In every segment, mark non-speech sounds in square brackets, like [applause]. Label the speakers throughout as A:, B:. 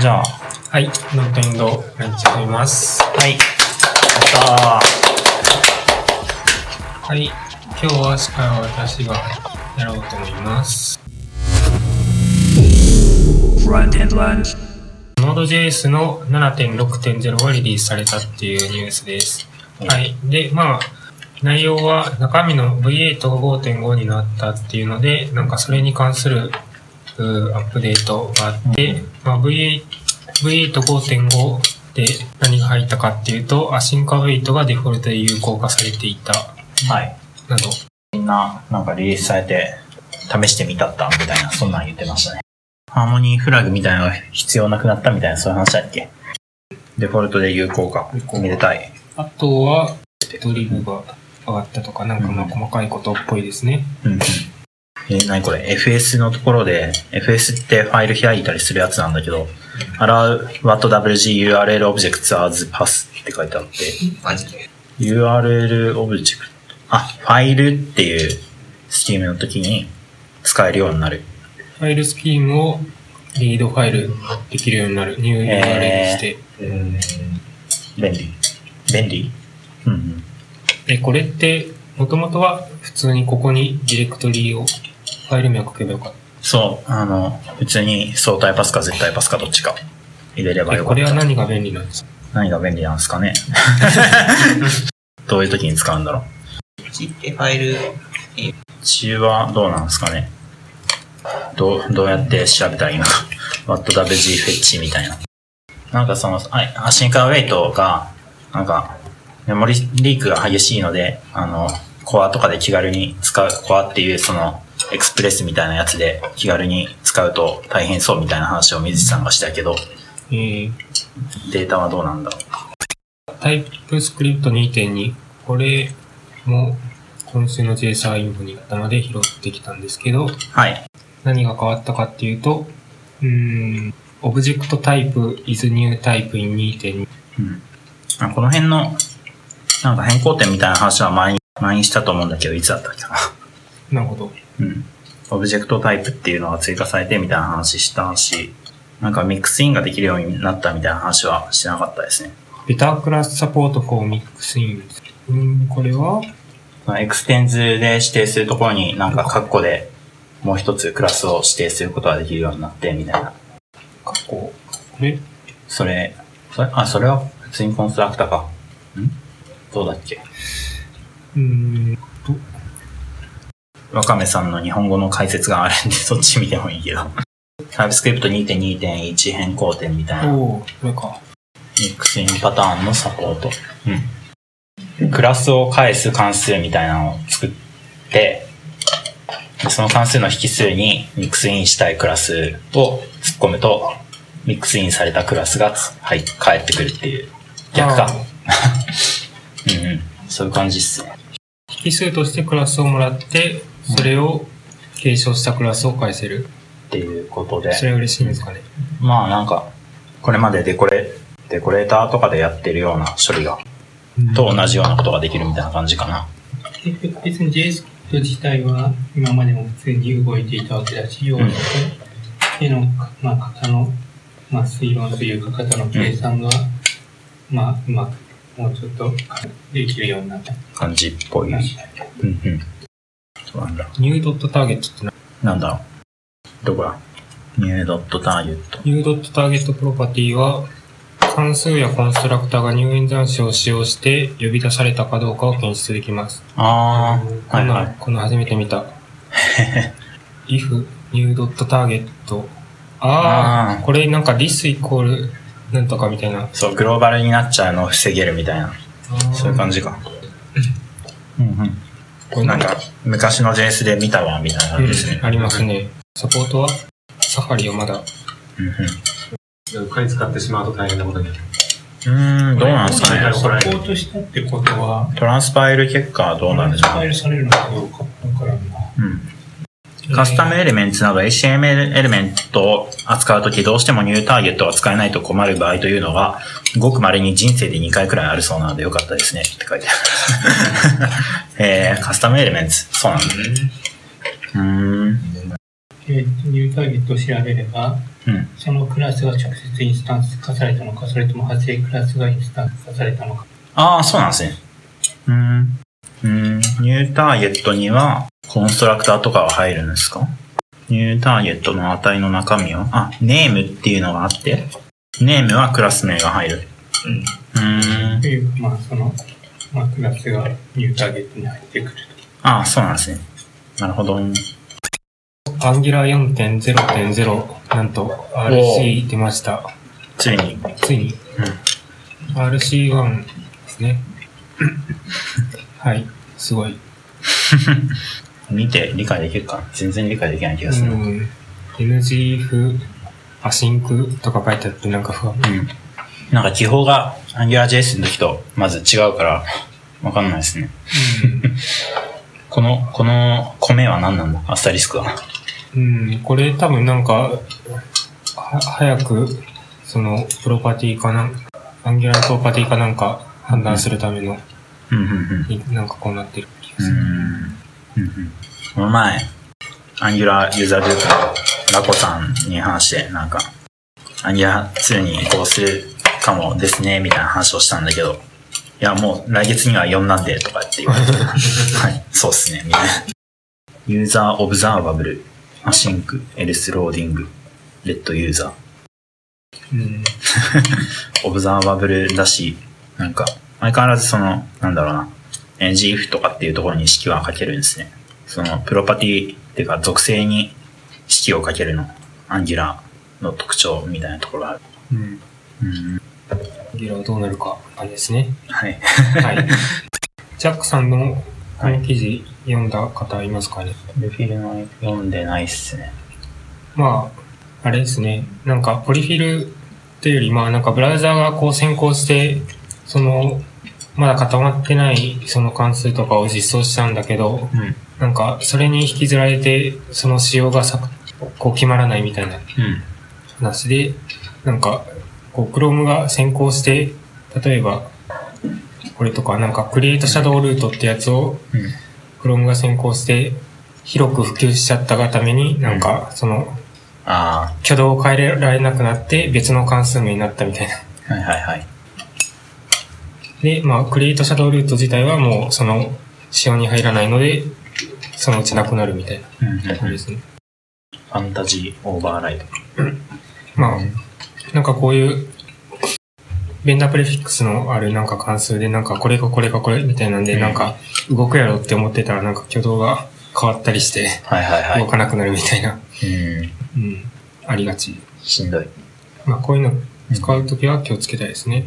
A: じゃあ、
B: はい、ノートエンド、はい、始めます。
A: はい。やったー
B: はい、今日は司会は私がやろうと思います。Node.js の7.6.0がリリースされたっていうニュースです。はい。で、まあ、内容は中身の V8 が5.5になったっていうので、なんかそれに関するうーアップデートがあって、まあ、V8 V8.5 で何が入ったかっていうと、アシンカウェイトがデフォルトで有効化されていた、
A: はい。
B: など。
A: みんな、なんかリリースされて、試してみたった、みたいな、そんなん言ってましたね。ハーモニーフラグみたいなのが必要なくなったみたいな、そういう話だっけデフォルトで有効か。めでたい。
B: あとは、ドリブが上がったとか、なんかまあ
A: うん
B: 細かいことっぽいですね。
A: うんうん。え、なにこれ ?FS のところで、FS ってファイル開いたりするやつなんだけど、allow what wgurl objects as pass って書いてあって、
B: マジで。
A: URL オブジェクト。あ、ファイルっていうスキームの時に使えるようになる。
B: ファイルスキームをリードファイルできるようになる。ニュー URL にして。
A: 便利。便利うんうん。
B: で、これって、もともとは普通にここにディレクトリを、ファイル名を書けばよかっ
A: そう、あの、普通に相対パスか絶対パスかどっちか入れれ
B: た。
A: ば
B: で
A: よか
B: こ
A: っ
B: れは
A: た。
B: 何が便利なんですか
A: 何が便利なんですか
C: [laughs]
A: ね。どういう時に使うんだろう。
C: ちってファイル、
A: うちはどうなんですかね。どう、どうやって調べたらいいのか。WhatWG フェッチみたいな。なんかその、あアシンカーウェイトが、なんか、メモリリークが激しいので、あの、コアとかで気軽に使う、コアっていうその、エクスプレスみたいなやつで気軽に使うと大変そうみたいな話を水地さんがしたけど、
B: えー、
A: データはどうなんだろう。
B: タイプスクリプト2.2。これも今週の JSR インフォにあったので拾ってきたんですけど、
A: はい。
B: 何が変わったかっていうと、うーん、オブジェクトタイプ is new type in 2.2。
A: うんあこの辺の、なんか変更点みたいな話は前に、前にしたと思うんだけど、いつだったっけな。
B: なるほど。
A: うん。オブジェクトタイプっていうのが追加されてみたいな話したし、なんかミックスインができるようになったみたいな話はしてなかったですね。
B: ベタークラスサポート for mix in。うーん、これは
A: エクステンズで指定するところになんかカッコでもう一つクラスを指定することができるようになってみたいな。
B: 過去。これ
A: それ、それあ、それは普通にコンストラクタか。んどうだっけ
B: うーん、
A: ワカメさんの日本語の解説があるんで、そっち見てもいいけど。タイプスクリプト2.2.1変更点みたいな。
B: おー、これか。
A: ミックスインパターンのサポート。クラスを返す関数みたいなのを作って、でその関数の引数にミックスインしたいクラスを突っ込むと、ミックスインされたクラスがつ、はい、返ってくるっていう。逆か
B: あ。ー
A: うんうん。そういう感じっすね。
B: 引数としてクラスをもらって、それを継承したクラスを返せる。
A: っていうことで。
B: それは嬉しいんですかね。
A: まあなんか、これまでデコレ、デコレーターとかでやってるような処理が、と同じようなことができるみたいな感じかな。
D: 結局別に JS 自体は今までも普通に動いていたわけだし、要は手の、まあ、型の、まあ、推論というか型の計算が、まあ、うまく、もうちょっとできるようになった。
A: 感じっぽい。うんうん。なんだろ
B: ニュードットターゲットってな
A: う。なんだろう。どこだニュードットターゲット。
B: ニュードットターゲットプロパティは、関数やコンストラクターが入園残子を使用して呼び出されたかどうかを検出できます。
A: ああ、
B: こ
A: は
B: ん
A: い
B: な、
A: はい。
B: こんな初めて見
A: [laughs]
B: た。if new dot target あ
A: あ
B: あ
A: ー
B: これなんか this イコールなんとかみたいな。
A: そう、グローバルになっちゃうのを防げるみたいな。そういう感じか。うんうん。
B: これ
A: なんか、昔の JS で見たわ、みたいな
B: う
A: 感
B: ん
A: じですね。
B: ありますね。サポートはサファリをまだ。
A: うんうん。
E: うっかり使ってしまうと大変なことになる。
A: うーん、どうなんですか
D: サ
A: ね。
D: ポートしたってことは、
A: トランスファイル結果はどうなんでしょうか
D: ファイルされるのかどうか、だからんな。
A: うんカスタムエレメンツなど HTML エレメントを扱うときどうしてもニューターゲットが使えないと困る場合というのがごく稀に人生で2回くらいあるそうなのでよかったですねって書いてある、えー、カスタムエレメンツそうなんだうーん
D: 結えーとニューターゲットを調べれば、
A: うん。
D: そのクラスが直接インスタンス化されたのか、それとも派生クラスがインスタンス化されたのか。
A: ああ、そうなんですね。うーん。うーん。ニューターゲットには、コンストラクターとかは入るんですかニューターゲットの値の中身は、あ、ネームっていうのがあって、ネームはクラス名が入る。
C: うん。
A: うーん
D: と。いうか、まあ、その、まあ、クラスがニューターゲットに入ってくる
A: ああ、そうなんですね。なるほど。
B: アンギュラー4.0.0、なんと RC 出ました。
A: ついに。
B: ついに、RC1 ですね。はい、すごい。
A: 見て理解できるか全然理解できない気
B: う
A: がする。うん。
B: ん、NG 風、アシンクとか書いてあって、なんかふわ、
A: なんか記法が AngularJS の時とまず違うから、わかんないですね。この、この米は何なんだアスタリスクは。
B: うん、これ多分なんか、は早く、その、プロパティかなん、アンギュラープロパティかなんか判断するための、
A: うん、うん、うん。
B: なんかこうなってる気が
A: う
B: す
A: ん
B: る。
A: うんうんこの前、アンギュラーユーザーグループのラコさんに話して、なんか、アンギュラー2に移行するかもですね、みたいな話をしたんだけど、いや、もう来月には4なんで、とかって言われて、はい、そうっすね、みたいな。ユーザーオブザーバブル、アシンク、エルスローディング、レッドユーザー。
B: うん
A: オブザーバブルだし、なんか、相変わらずその、なんだろうな、ngif とかっていうところに式は書けるんですね。その、プロパティっていうか、属性に式を書けるの、アンギュラーの特徴みたいなところがある。
B: うん。
A: うん。
B: アンギュラーどうなるか、あれですね。
A: はい。
B: はい。ジャックさんのこの記事読んだ方いますかね、
A: ルフィルの読んでないっすね。
B: まあ、あれですね。なんか、ポリフィルというより、まあ、なんかブラウザーがこう先行して、その、まだ固まってないその関数とかを実装したんだけど、
A: うん。うん。
B: なんか、それに引きずられて、その仕様がさこう決まらないみたいな話で、なんか、こう、Chrome が先行して、例えば、これとか、なんか、クリエイトシャドウルートってやつを、
A: うん。
B: Chrome が先行して、広く普及しちゃったがために、なんか、その、
A: あ
B: 挙動を変えられなくなって、別の関数名になったみたいな。
A: あ、はいはいはい。
B: で、まあ、クリエイトシャドウルート自体はもう、その、仕様に入らないので、そのうちなくなるみたいな
A: うんう
B: 感
A: ん
B: じ
A: うん
B: ですね。
A: ファンタジーオーバーライド。
B: まあ、なんかこういう、ベンダープレフィックスのあるなんか関数で、なんかこれかこれかこれみたいなんで、
A: うん
B: なんか動くやろって思ってたら、なんか挙動が変わったりして、
A: はいはいは
B: 動かなくなるみたいな、
A: い。うん。
B: うん、ありがち。
A: しんどい。
B: まあこういうの使うときは気をつけたいですね。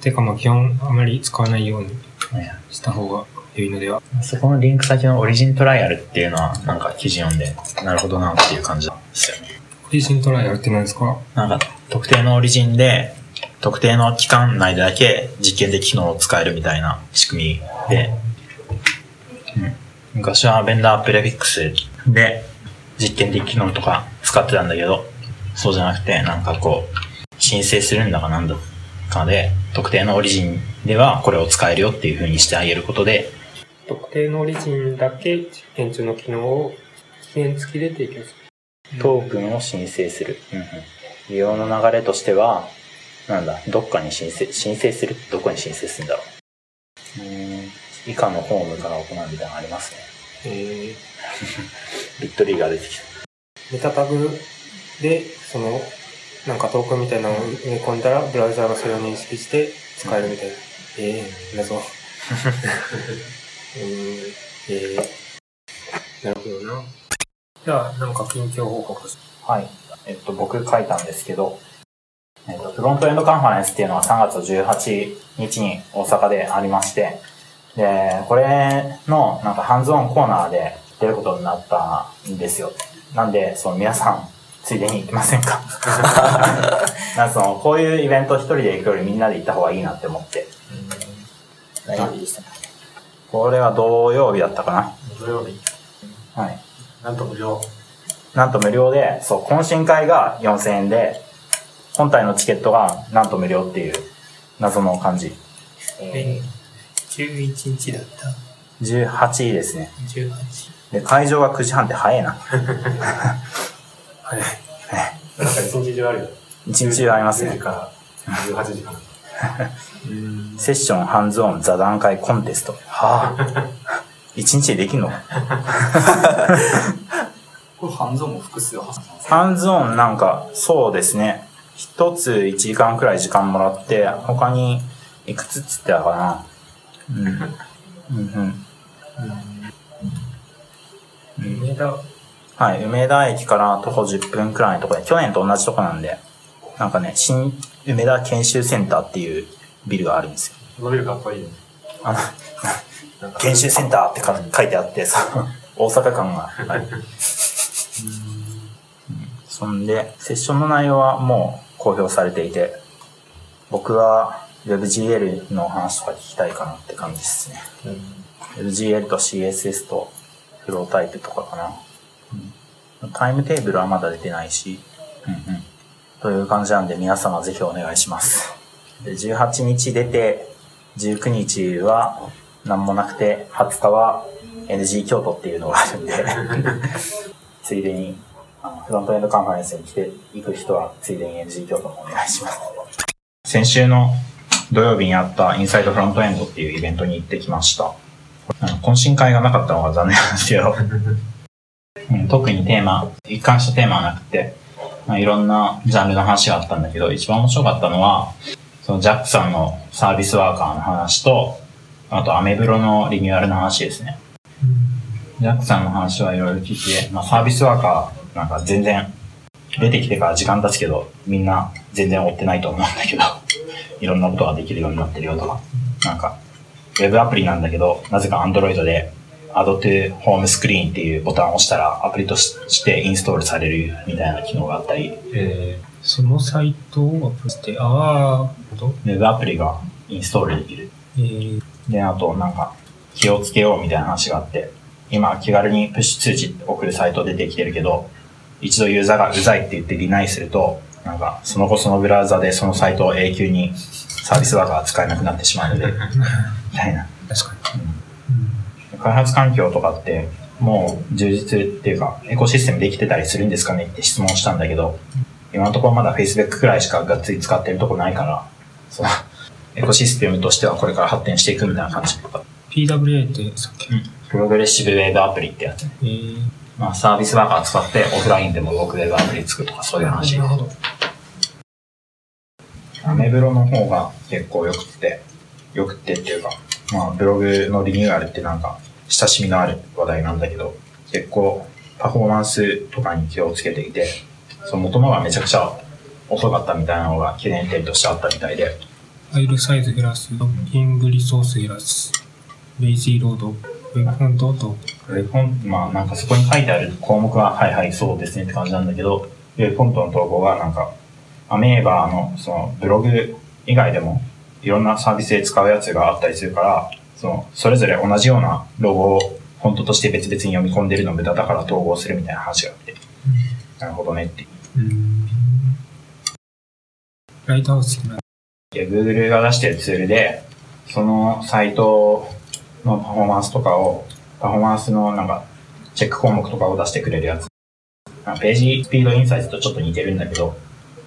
B: てかまあ基本あまり使わないように
A: はい
B: した方が良いのでは。
A: そこのリンク先のオリジントライアルっていうのは、なんか記事読んで、なるほどなっていう感じなんですよね。
B: オリジントライアルって何ですか
A: なんか、特定のオリジンで、特定の期間内だけ実験で機能を使えるみたいな仕組みで、うん、昔はベンダープレフィックスで実験的機能とか使ってたんだけど、そうじゃなくて、なんかこう、申請するんだかなんだかで、特定のオリジンではこれを使えるよっていう風にしてあげることで、
B: 特定のオリジンだけ実験中の機能を期限付きで提供する。
A: トークンを申請する、利用の流れとしてはなんだどっかに申請申請するってどこに申請するんだろううーん以下のホームから行うみたいなのありますね
B: えー
A: ビットリーが出てき
B: メタタグで、その、なんかトークンみたいなのを埋め込んだら、ブラウザーがそれを認識して使えるみたいな。ええー、謎。う [laughs] ーん、ええー。なるほどな。じゃあ、なんか近況報告です。
A: たはいえっと僕書いたんですけど、えっと、フロントエンドカンファレンスっていうのが3月18日に大阪でありましてでこれのなんかハンズオンコーナーで出ることになったんですよなんでその皆さんついでに行きませんか [laughs] なんかそのこういうイベント一人で行くよりみんなで行った方がいいなって思って何曜日でしたこれは土曜日だったかな
E: 土曜日、
A: はい
E: なんと無料。
A: なんと無料でそう懇親会が4000円で本体のチケットがなんと無料っていう謎の感じ
C: えー、11日だった。
A: 18位ですね
C: 18。
A: で会場が9時半って早いな
E: 早い。なんか一日中あるよ。
A: 一日中あります
E: 10時
A: ね。
E: から18時から。
A: セッション、ハンズオン、座談会、コンテスト。はあ。 [laughs] 一日でできんの
F: [laughs] これ半蔵も複数挟んだんです
A: ハンズオンなんか、そうですね。一つ1時間くらい時間もらって、他に、いくつっつってたかな。うん。うんうん。
B: 梅田、
A: はい、梅田駅から徒歩10分くらいのところで、去年と同じとこなんで、なんかね、新梅田研修センターっていうビルがあるんですよ。
E: このビルかっこいいよね。
A: あの、研修センターってか書いてあってさ、大阪感がある。うんそんで、セッションの内容はもう公表されていて、僕は WebGL の話とか聞きたいかなって感じですね。WebGL と CSS とフロータイプとかかな。タイムテーブルはまだ出てないし、うんうん、という感じなんで皆様ぜひお願いします。で18日出て、19日は何もなくて、20日は NG 京都っていうのがあるん [laughs] で、ついでに、あのフロントエンドカンファレンスに来て行く人は、ついでに NG 京都もお願いします。先週の土曜日にあったインサイドフロントエンドっていうイベントに行ってきました。あの懇親会がなかったのが残念なんですけど、 [laughs] うん特にテーマ、一貫したテーマはなくて、まあ、いろんなジャンルの話があったんだけど、一番面白かったのは、そのジャックさんのサービスワーカーの話と、あとアメブロのリニューアルの話ですね。ジャックさんの話はいろいろ聞いて、まあ、サービスワーカーなんか全然、出てきてから時間経つけど、みんな全然追ってないと思うんだけど、 [laughs] いろんなことができるようになってるよとか、なんか、ウェブアプリなんだけど、なぜか Android で Add to Home Screen っていうボタンを押したらアプリとししてインストールされるみたいな機能があったり、
B: えー、そのサイトをアップして、あー、と、
A: ウェブアプリがインストールできる。
B: えー、
A: で、あとなんか気をつけようみたいな話があって、今気軽にプッシュ通知送るサイト出てきてるけど、一度ユーザーがうざいって言ってリナイすると、なんかその後そのブラウザでそのサイトを永久にサービスワーカーが使えなくなってしまうので、みたいな。
B: 確かに。
A: 開発環境とかってもう充実っていうかエコシステムできてたりするんですかねって質問したんだけど今のところまだ Facebook くらいしかがっつり使ってるとこないからそのエコシステムとしてはこれから発展していくみたいな感じとか
B: PWA ってさっき、
A: プログレッシブウェブアプリってやつね、
B: えー、
A: まあ、サービスワーカー使ってオフラインでも動くウェブアプリ作るとかそういう話
B: なるほど。
A: アメブロの方が結構良くて、良くてっていうか、まあブログのリニューアルってなんか親しみのある話題なんだけど、結構パフォーマンスとかに気をつけていて、その元のがめちゃくちゃ遅かったみたいなのが懸念点としてあったみたいで、
B: ファイルサイズ減らす、ドッキングリソース減らす、レイジーロード、ウェブフォントと、
A: ウェブフォント、まあなんかそこに書いてある項目は、はいはい、そうですねって感じなんだけど、ウェブフォントの投稿がなんか、アメーバーのそのブログ以外でも、いろんなサービスで使うやつがあったりするから、その、それぞれ同じようなロゴをフォントとして別々に読み込んでるの無駄だから統合するみたいな話があって、なるほどねって。
B: ライトハウスってな
A: で、Google が出してるツールで、そのサイトのパフォーマンスとかを、パフォーマンスのなんか、チェック項目とかを出してくれるやつ。あページスピードインサイズとちょっと似てるんだけど、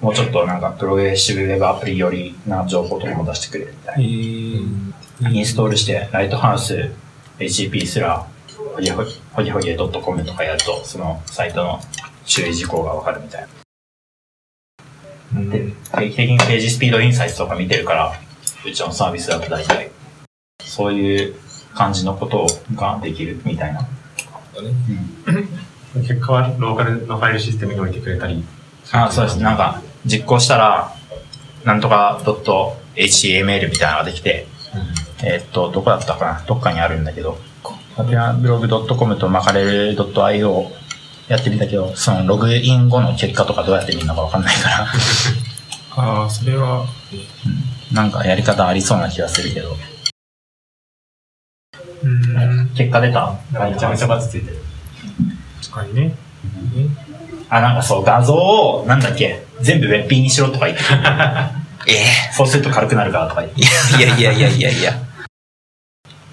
A: もうちょっとなんか、プログレッシブウェブアプリよりな情報とかも出してくれるみたい
B: えー、
A: な。インストールして、ライトハウス、HTTP すら、ほぎほぎ、ほぎほぎ .com とかやると、そのサイトの注意事項がわかるみたいな。で定期的にページスピードインサイトとか見てるから、うちのサービスだと大体、そういう感じのことができるみたいな。
E: 結果はローカルのファイルシステムに置いてくれたり。
A: あ、そうです。なんか、実行したら、なんとか .html みたいなのができて、えーっと、どこだったかなどっかにあるんだけど、ハピアブログ .com とマカレル .io やってみたけど、そのログイン後の結果とかどうやって見るのかわかんないから、
B: ああ、それは、
A: なんかやり方ありそうな気がするけど、
B: うーん、
A: 結果出た
E: めちゃめちゃバツついてる。
B: 確かにね。
A: あ、なんかそう、画像を、なんだっけ、全部ウェッピーにしろと
F: [laughs]
A: か言って。ええそうすると軽くなるからとか言って。
F: いやいやいやいやい
A: [laughs]
F: や。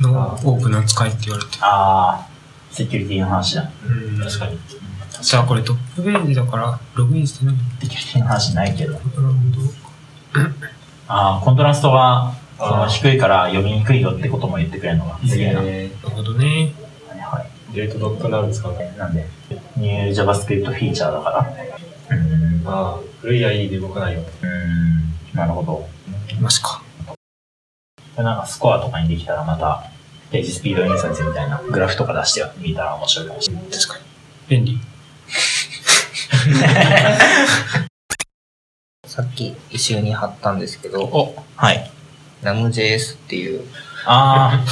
B: のオープンな使いって言われて。
A: ああ、セキュリティの話だ。
B: うん、
A: 確かに。
B: じゃあこれトップページだから、ログインしてない。
A: の話ないけど。
B: なるほど。
A: ああ、コントラストがそ
E: あ
A: の
E: ー
A: 低いから読みにくいよってことも言ってくれるのがすげえな。はい
E: え
B: なるほどね。
A: はい。
E: ー、ゲートドットナウ使うね。
A: なんで、ニュー JavaScript フィーチャーだから。うーん、う
E: まあ、古い IE で動かないよ。
A: ーん、なるほど。
B: マジか。
A: でなんかスコアとかにできたらまた、ページスピードインサイズみたいなグラフとか出してみたら面白いかもしれない。
B: 確かに。便利。
G: さっき一緒に貼ったんですけど、
A: お、はい。
G: NAMJS っていう
A: ああ、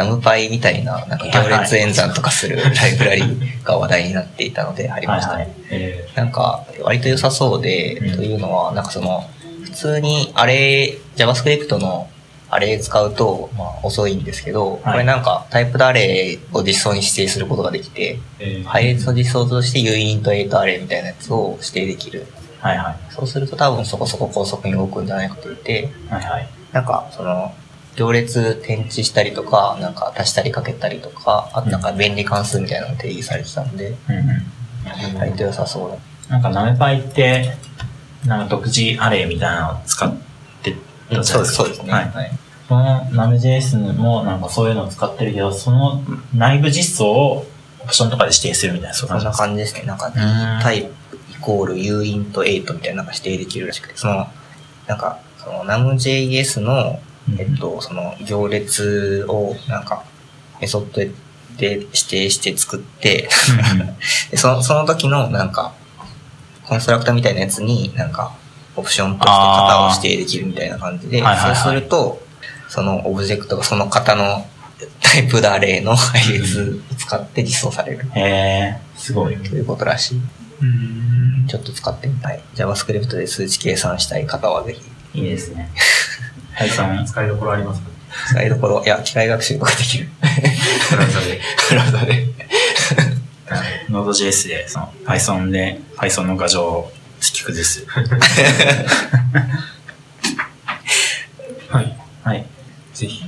G: NumPy みたいななんか行列演算とかするライブラリが話題になっていたので貼り
A: は
G: ま
A: い
G: した
A: は
G: ね。
A: い。え
G: なんか割と良さそうで、
A: うん
G: というのはなんかその普通にアレイ JavaScript のアレイ使うと、まあ、遅いんですけど、これなんかタイプドアレイを実装に指定することができて、
E: えー、
G: 配列を実装として uint と8アレイみたいなやつを指定できる。
A: ー、はいはい。
G: そうすると多分そこそこ高速に動くんじゃないかと言って、
A: はいはい。
G: なんかその行列転置したりとか、なんか足したりかけたりとか、あとなんか便利関数みたいなのが定義されてたんで、
A: うんうん。
G: 割と良さそう
A: な
G: だ。
A: んかナメパイって、なんか独自アレイみたいなのを使ってたじゃないですか。
G: そうですね。
A: はい。
G: はい
A: そのナメ JS もなんかそういうのを使ってるけど、その内部実装をオプションとかで指定するみたいな、そういう
G: そ
A: 感
G: ん
A: じ
G: な
A: ですか。
G: 感じですね。なんか、
A: うーん
G: タイプイコール uint8 みたいなのが指定できるらしくて、その、なんか、その namjs の、えっと、その行列を、なんか、メソッドで指定して作って、でそのその時の、なんか、コンストラクターみたいなやつに、なんか、オプションとして型を指定できるみたいな感じで、
A: あーはいはいはい
G: そうすると、そのオブジェクトがその型のタイプダレーの配列を使って実装される。
A: へえー、すごい。
G: ということらしい。
B: うん。
G: ちょっと使ってみたい。JavaScript で数値計算したい方はぜひ、
A: いいです [laughs] ね。はい、さん。
E: 使いどころありますか
G: 使いどころ、いや、機械学習とかできる。 [laughs]
E: ブラウザで。
G: ブラウザで。
A: [laughs] Node.js で、その Python で Python の画像を突き崩す。
B: はい。
A: はい。
B: ぜひ。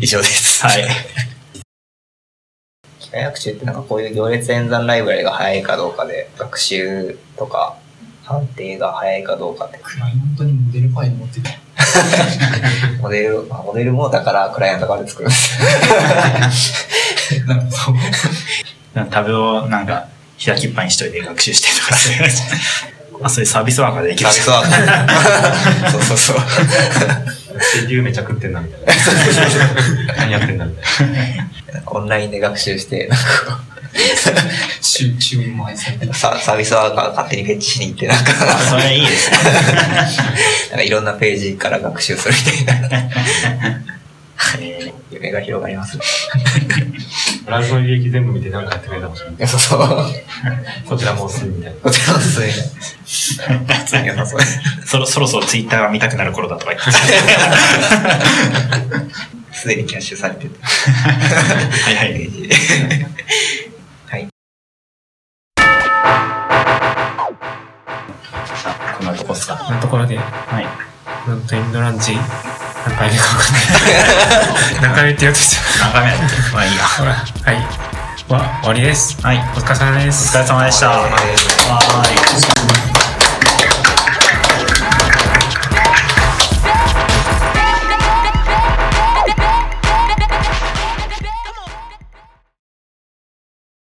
G: 以上です。
A: はい。
G: 機械学習ってなんかこういう行列演算ライブラリが早いかどうかで、学習とか判定が早いかどうかって。
F: クライアントにモデルファイル持ってた。
G: [laughs] モデル、まあモデルもだからクライアント側
F: [laughs]
G: で作るんです。
F: なんかそう。
A: なんかタブをなんか開きっぱにしといて学習してとかする。あ、そういうサービスワーカーででき
G: サ
A: る
G: ービスワー [laughs] ク。そうそうそう。
E: 電流めちゃ食ってんな、み
B: [laughs]
E: たいな。何やってんだ、みたい
G: なんかオンラインで学習して、なんか
F: 注注意も愛されてた。
G: ササービスワーカーが勝手にフェッチしに行って、なんか、
A: あそれいいですね。
G: なんかいろんなページから学習するみたい
F: [laughs]
G: な。
A: え
G: 夢が広がりますね。
E: な。ブラウザの履歴全部見て何かやってくれたかもしれない。
G: 良さそう。
E: こちらもおすすめみ
G: [laughs]
E: たいな。
G: こちらのおすすめです。普通に良さそうです。
A: ーそろそろそろツイッターが見たくなる頃だとか言ってた。
G: すでにキャッシュされてて。
A: はいはい。
G: はい。
A: あ、こんなとこっすか。
B: このところで、
A: はい。
B: なんとエンドランジ、何回目か
E: [laughs]
B: 分かんない。何回目って言おうとした。
A: 長め。まあいいや。
B: ほら、はい。は、終わりです。
A: はい。
B: お疲れ様です。
A: お疲れ様でした。はーい。